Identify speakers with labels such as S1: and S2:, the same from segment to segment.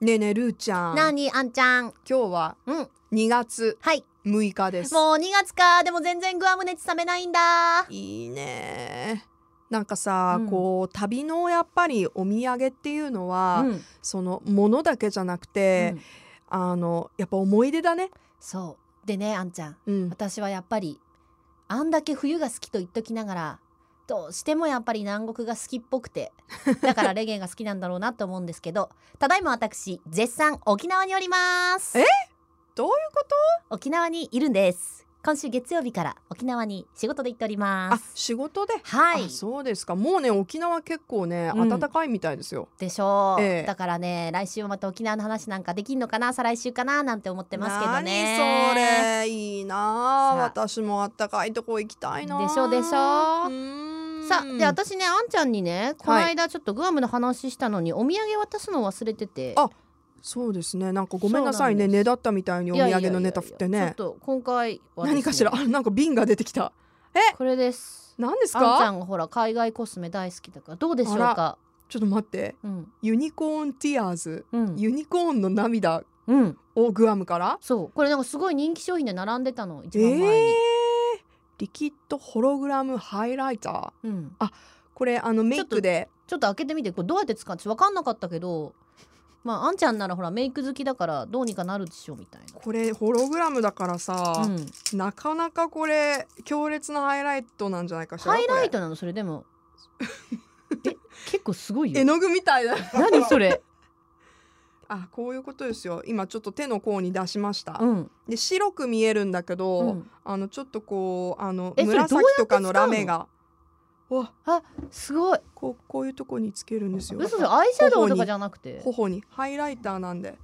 S1: ねえねえるーちゃん
S2: な
S1: 今
S2: にあんちゃん
S1: 日は
S2: うん
S1: 2月
S2: はい
S1: 6日です
S2: もう2月かでも全然グアム熱冷めないんだ
S1: いいねなんかさ、
S2: うん
S1: こう旅のやっぱりお土産っていうのは、
S2: うん
S1: そのものだけじゃなくて、
S2: うん
S1: あのやっぱ思い出だね、
S2: そうでねあんちゃん
S1: うん、
S2: 私はやっぱりあんだけ冬が好きと言っときながらどうしてもやっぱり南国が好きっぽく てだからレゲエが好きなんだろうなと思うんですけどただいま私絶賛沖縄におります
S1: えどういうこと
S2: 沖縄にいるんです今週月曜日から沖縄に仕事で行っておりま
S1: あ
S2: す
S1: 仕事で、
S2: はい
S1: あそうですかもうね沖縄結構ね、
S2: うん
S1: 暖かいみたいですよ
S2: でしょう、
S1: ええ
S2: だからね来週はまた沖縄の話なんかできんのかな再来週かななんて思ってますけどね
S1: 何それいいなあ
S2: さあ
S1: 私もあったかいとこ行きたいなあ
S2: でしょでしょ
S1: うーん
S2: さあで私ねあんちゃんにねこの間ちょっとグアムの話したのに、お土産渡すの忘れてて
S1: あそうですねなんかごめんなさい
S2: そ
S1: ね
S2: うなんです
S1: ねだったみたいにお
S2: いや
S1: 土
S2: いやいや
S1: 産のネタ振って
S2: ちょっ
S1: ね
S2: と今回はですね
S1: 何かしらあなんか瓶が出てきた
S2: これです
S1: 何です
S2: あんちゃ
S1: か
S2: んがほら海外コスメ大好きだからどうでしょう
S1: あ
S2: か
S1: ちょっと待って
S2: うん
S1: ユニコーンティアーズ
S2: うん
S1: ユニコーンの涙
S2: うん
S1: をグアムから
S2: そうこれなんかすごい人気商品で並んでたの一
S1: え
S2: 番前に、
S1: ー、リキッドホログラムハイライター
S2: うん、
S1: これあのメイクで
S2: ちょっと開けてみてこれどうやって使うの分かんなかったけどまああんちゃんならほらメイク好きだからどうにかなるでしょみたい
S1: これホログラムだからさ
S2: な、、うん、
S1: なかなかこれ強烈なハイライトなんじゃないかしら
S2: ハイライ
S1: こ
S2: トなのそれ でもえ結構すごい
S1: れ絵
S2: よ
S1: の具みたいな
S2: 何それ
S1: あこういうことですよ今ちょっと手の甲に出しました、
S2: うん、
S1: で白く見えるんだけど、
S2: うん、
S1: あのちょっとこうあの
S2: えそれ
S1: 紫とかのラメがわ
S2: すごい
S1: こうこういうとこにつけるんですよ
S2: 嘘嘘アイシャドウとかじゃなくて
S1: 頬にハイライターなんで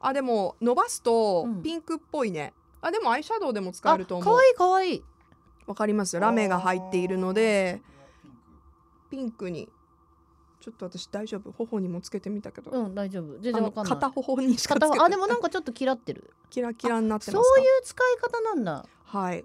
S1: あでも伸ばすと
S2: うん
S1: ピンクっぽいね、あでもアイシャドウでも使
S2: あ
S1: えると思う
S2: 可愛い可愛い
S1: わかりますラメが入っているのでピンクにちょっと私大丈夫頬にもつけてみたけど、
S2: うん大丈夫全
S1: あの
S2: 然わかんない
S1: 片頬にしかつけ
S2: 片
S1: て
S2: 方あでもなんかちょっとキラってる
S1: キラキラになって
S2: そ
S1: ま
S2: う
S1: すか
S2: いう使い方なんだ
S1: はい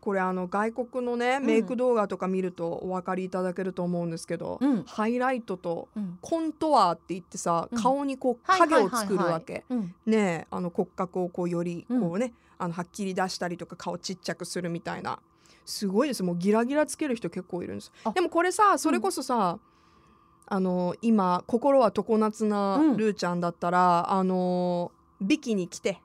S1: これあの外国のね
S2: ん
S1: メイク動画とか見るとお分かりいただけると思うんですけど、
S2: うん
S1: ハイライトと
S2: うん
S1: コントワーって言ってさ、
S2: うん
S1: 顔にこう
S2: はいはい
S1: 影
S2: はいは
S1: を
S2: い
S1: 作るわけ、
S2: うん
S1: ねえあの骨格をこうよりこうね、あのはっきり出したりとか顔ちっちゃくするみたいなすごいですもうギラギラつける人結構いるんです
S2: あ
S1: でもこれさそれこそさ、あの今心は常夏な
S2: うん
S1: ルーちゃんだったら、あのビキに来て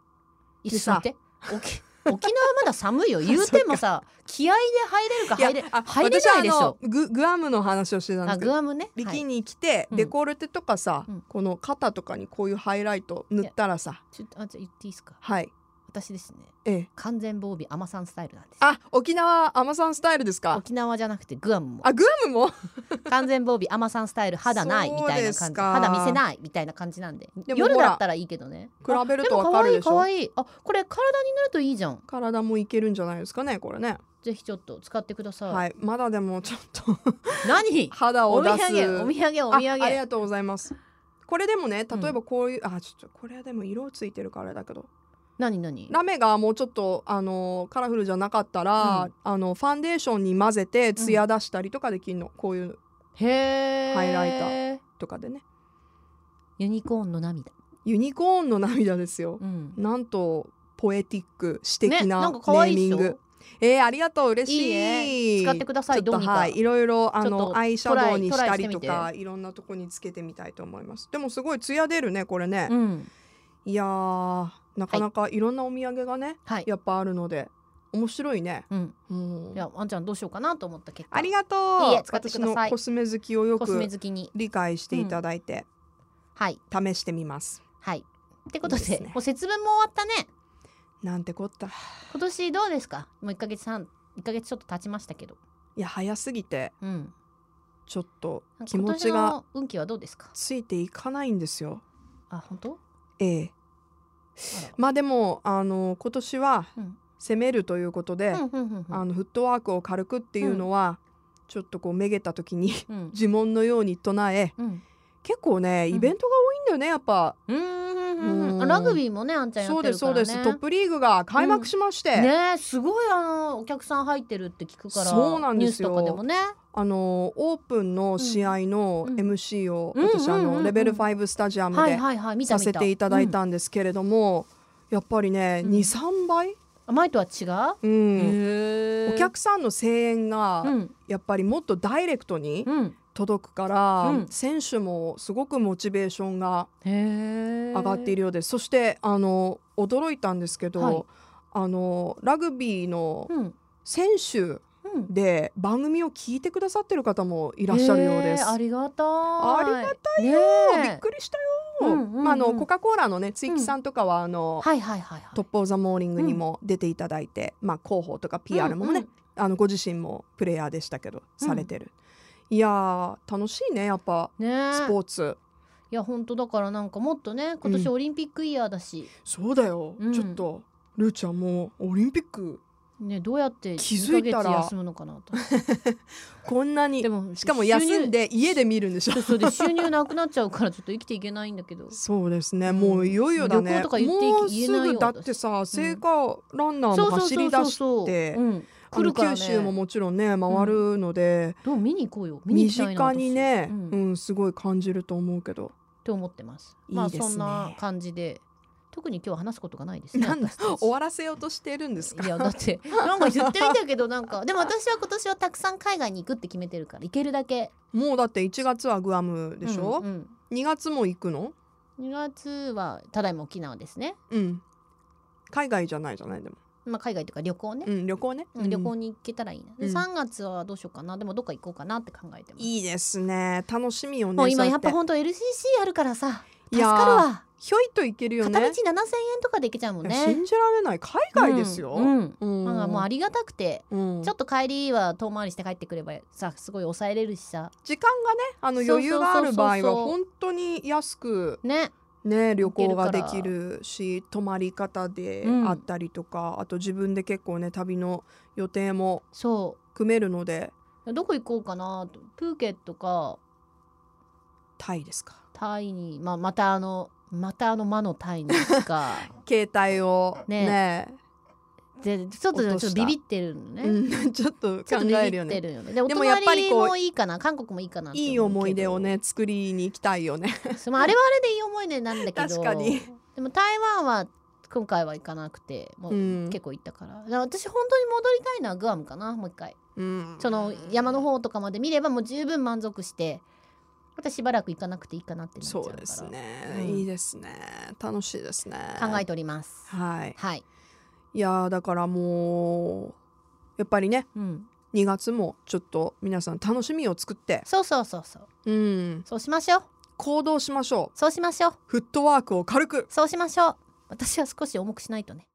S2: 一緒にって沖沖縄まだ寒い よ言うてもさ気合で入れるか入れ
S1: いやあ
S2: 入れないでし
S1: 私はあの
S2: ょ
S1: ググアムの話をしてたんで
S2: あ
S1: すけ
S2: グ
S1: ど
S2: アムね
S1: ビ
S2: は
S1: キ
S2: い
S1: に来て、
S2: うん
S1: デコルテとかさ、
S2: うん
S1: この肩とかにこういうハイライト塗ったらさ
S2: ちょっとあじゃあ言っていいですか
S1: はい
S2: 私ですね
S1: ええ
S2: 完全防備アマさんスタイルなんです
S1: あ沖縄アマさんスタイルですか
S2: 沖縄じゃなくてグアムも
S1: あグアムも
S2: 完全防備アマさんスタイル肌ないみた
S1: そう
S2: いな感
S1: です
S2: じ
S1: か
S2: 肌見せないみたいな感じなんで
S1: でも
S2: 夜
S1: ほら
S2: だったらいいけどね
S1: 比べる
S2: で
S1: と
S2: も
S1: わ
S2: 可
S1: かる
S2: 愛い
S1: でしょ
S2: 可愛いあこれ体に塗るといいじゃん
S1: 体もいけるんじゃないですかねこれね
S2: ぜひちょっと使ってください、
S1: はいまだでもちょっ と
S2: 何
S1: 肌を
S2: お
S1: 出
S2: 土
S1: す
S2: 産お土産お土
S1: ああり
S2: 産
S1: がとうございますこれでもね例えばこういう、あちょっとこれはでも色ついてるからあれだけど
S2: 何何
S1: ラメがもうちょっとあのカラフルじゃなかったら、
S2: うん
S1: あのファンデーションに混ぜてツヤ出したりとかできるの、こういうの
S2: へえ
S1: ハイライタとかでね
S2: ユニコーンの涙
S1: ユニコーンの涙ですよ
S2: う、ん
S1: なんとポエティック詩的
S2: ねな
S1: なんネ
S2: か可
S1: ー
S2: 愛い
S1: ミ
S2: っ
S1: ン
S2: しょ
S1: グ、えーありがとう嬉しい
S2: いいね使ってくださ
S1: ちょ
S2: い
S1: っ
S2: どう
S1: と
S2: にか、
S1: はい、いろいろあ
S2: ちょっ
S1: の
S2: と
S1: アイシャドウに
S2: ト
S1: し
S2: ライ
S1: たりと
S2: トラ
S1: かいろんなとこにつけてみたいと思いますでもすごいツヤ出るねこれね、
S2: うん
S1: いやーなかなかいろんなお土産がね、
S2: はい
S1: やっぱあるので面白いね、
S2: うん
S1: うん
S2: い、やあんちゃんどうしようかなと思った結果
S1: ありがとう
S2: いいえ使ってください
S1: 私のコスメ好きをよ
S2: コスメ
S1: く
S2: 好きに
S1: 理解していただいて、
S2: はい
S1: 試してみます
S2: はいってことで
S1: いいですね
S2: もう節分も終わったね
S1: なんてこった
S2: 今年どうですかもう1ヶ月半1ヶ月ちょっと経ちましたけど
S1: いや早すぎて
S2: うん
S1: ちょっと気
S2: 今
S1: 持
S2: 年
S1: ちが
S2: の運気はどうですか
S1: ついていかないんですよ
S2: あ本当
S1: ええ
S2: あら
S1: まあでもあの今年は
S2: うん
S1: 攻めるということで、
S2: うんうんうんうん
S1: あのフットワークを軽くっていうのは、ちょっとこうめげた時に
S2: うん
S1: 呪文のように唱え
S2: うん
S1: 結構ね
S2: うん
S1: イベントが多いんだよねやっぱ、
S2: うーんうんうん
S1: う
S2: うんんラグビーもねあんちゃんやっ
S1: そう
S2: て
S1: で
S2: る
S1: すそ
S2: から
S1: う
S2: ね
S1: ですトップリーグが開幕しまして、
S2: ねえすごいあのお客さん入ってるって聞くから
S1: そうなんですよ
S2: ニュースとかでもね
S1: あのオープンの試合の
S2: うん
S1: MC を、
S2: うん
S1: 私あ
S2: うんうんうんう
S1: の
S2: ん
S1: レベル5スタジアム
S2: はい
S1: で
S2: はいはい見た
S1: さ
S2: 見た
S1: せていただい、たんですけれども、やっぱりね、
S2: うん
S1: 23倍、
S2: うん前とは違
S1: う
S2: う、
S1: ん
S2: へー
S1: お客さんの声援が
S2: うん
S1: やっぱりもっとダイレクトに
S2: うん
S1: 届くから、
S2: うん
S1: 選手もすごくモチベーションが
S2: 上
S1: 上がってい
S2: る
S1: るようです、そしてあの驚いたんですけど、
S2: はい
S1: あのラグビーの
S2: うん
S1: 選手
S2: うん
S1: で番組を聞いてくださってる方もいらっしゃるようです。
S2: へーありがたい
S1: ありが
S2: たい
S1: もうびっくりしたよ、
S2: うんうんうん
S1: まあ、あのコカ・コーラのねついきさんとかはあの、
S2: はいはいはいはい
S1: トップ・オブ・ザ・モーニングにも出ていただいて、まあ、広報とか PR もね、
S2: うんうん
S1: あのご自身もプレイヤーでしたけど、
S2: うん
S1: されてるいやー楽しいねやっぱ
S2: ねえ
S1: スポーツ
S2: いや本当だからなんかもっとね今年
S1: うん
S2: オリンピックイヤーだし、
S1: そうだよ、
S2: うん
S1: ちょっとルーちゃんもうオリンピック
S2: ねどうやって
S1: 気づいたら
S2: 2ヶ月休むのかな と
S1: こんなに
S2: でも
S1: しかも休ん
S2: で
S1: で家で見るんでしょ
S2: そうで収入なくなっちゃうからちょっと生きていけないんだけ ど
S1: そうですね、
S2: うん
S1: もういよいよだね
S2: 旅行とか言っていい
S1: もう
S2: 言え
S1: す
S2: ないよ
S1: ぐだってさ聖火ランナーも走り出して
S2: そうそうそうそううん、
S1: あの
S2: 来るからね
S1: 九州ももちろんね回るので、
S2: どう見に行こうよ見に
S1: 身
S2: 行きたいな
S1: 近にね、
S2: 私
S1: う
S2: うんん
S1: すごい感じると思うけど、
S2: って思ってます
S1: い
S2: ま
S1: い
S2: あ
S1: ですね
S2: そんな感じで特に今日は話すことがないですね
S1: なんだ
S2: 私たち
S1: 終わらせようとしてるんですか
S2: いや だってなんか言ってみたけどなんかでも私は今年はたくさん海外に行くって決めてるから行けるだけ
S1: もうだって1月はグアムでしょ、
S2: うんうん
S1: 2月も行くの
S2: 2月はただいま沖縄ですね、
S1: うん海外じゃないじゃないでも、
S2: まあ、海外というか旅行ね
S1: う、ん、旅行ね、
S2: うん旅行
S1: うん
S2: に行けたらいいな、
S1: う
S2: で
S1: ん
S2: 3月はどうしようかなでもどっか行こうかなって考えてます
S1: いいですね楽しみよね
S2: もう今やっ
S1: そう
S2: ぱ
S1: や
S2: ほんと LCC あるからさ
S1: い
S2: 助
S1: やー
S2: かるわ
S1: てひょいと行けるよ
S2: 片
S1: ね
S2: 道7000円とかで行けちゃうもん
S1: いや
S2: ね
S1: 信じられない海外ですよ、
S2: うんうん
S1: うん
S2: なんかもうありがたくて
S1: うん
S2: ちょっと帰りは遠回りして帰ってくればさすごい抑えれるしさ
S1: 時間がねあの余裕がある場合
S2: そう
S1: は
S2: そうそうそう
S1: 本当に安く
S2: ね
S1: ね旅行がで
S2: 行
S1: き
S2: け
S1: るし泊まり方で
S2: うん
S1: あったりとか、あと自分で結構ね旅の予定も
S2: そ
S1: 組めるので
S2: うどこ行こうかなとプーケットか
S1: タイですか
S2: タイに、まあ、またあのまたあの魔のタイに行 くか
S1: 携帯をね
S2: ねでちょっと
S1: 落とした
S2: ちょっとビビってるのね、
S1: うん、 ちょっと
S2: ちょ
S1: 考
S2: っとビビ
S1: えるよ
S2: って
S1: ね
S2: るよねでお
S1: でもやっぱり
S2: 隣
S1: こう
S2: もいいかな韓国もいいかなって思うけ
S1: い
S2: ど
S1: い思い出をね作りに行きたいよね
S2: そうまああれはあれでいい思い出なんだけど
S1: 確かに
S2: でも台湾は今回は行かなくてもう
S1: うん
S2: 結構行ったから,、私本当に戻りたいのはグアムかなもう一回
S1: うん
S2: その山の方とかまで見ればもう十分満足してまたしばらく行かなくていいかなってなっちゃう
S1: そ
S2: から
S1: うですね、
S2: うん
S1: いいですね楽しいですね
S2: 考えております
S1: はい
S2: はい、
S1: いやーだからもうやっぱりね
S2: うん、
S1: 2月もちょっと皆さん楽しみを作って、
S2: そうそうそうそ
S1: う
S2: う
S1: ん、
S2: そうしましょう
S1: 行動しましょう
S2: そうしましょう
S1: フットワークを軽く
S2: そうしましょう私は少し重くしないとね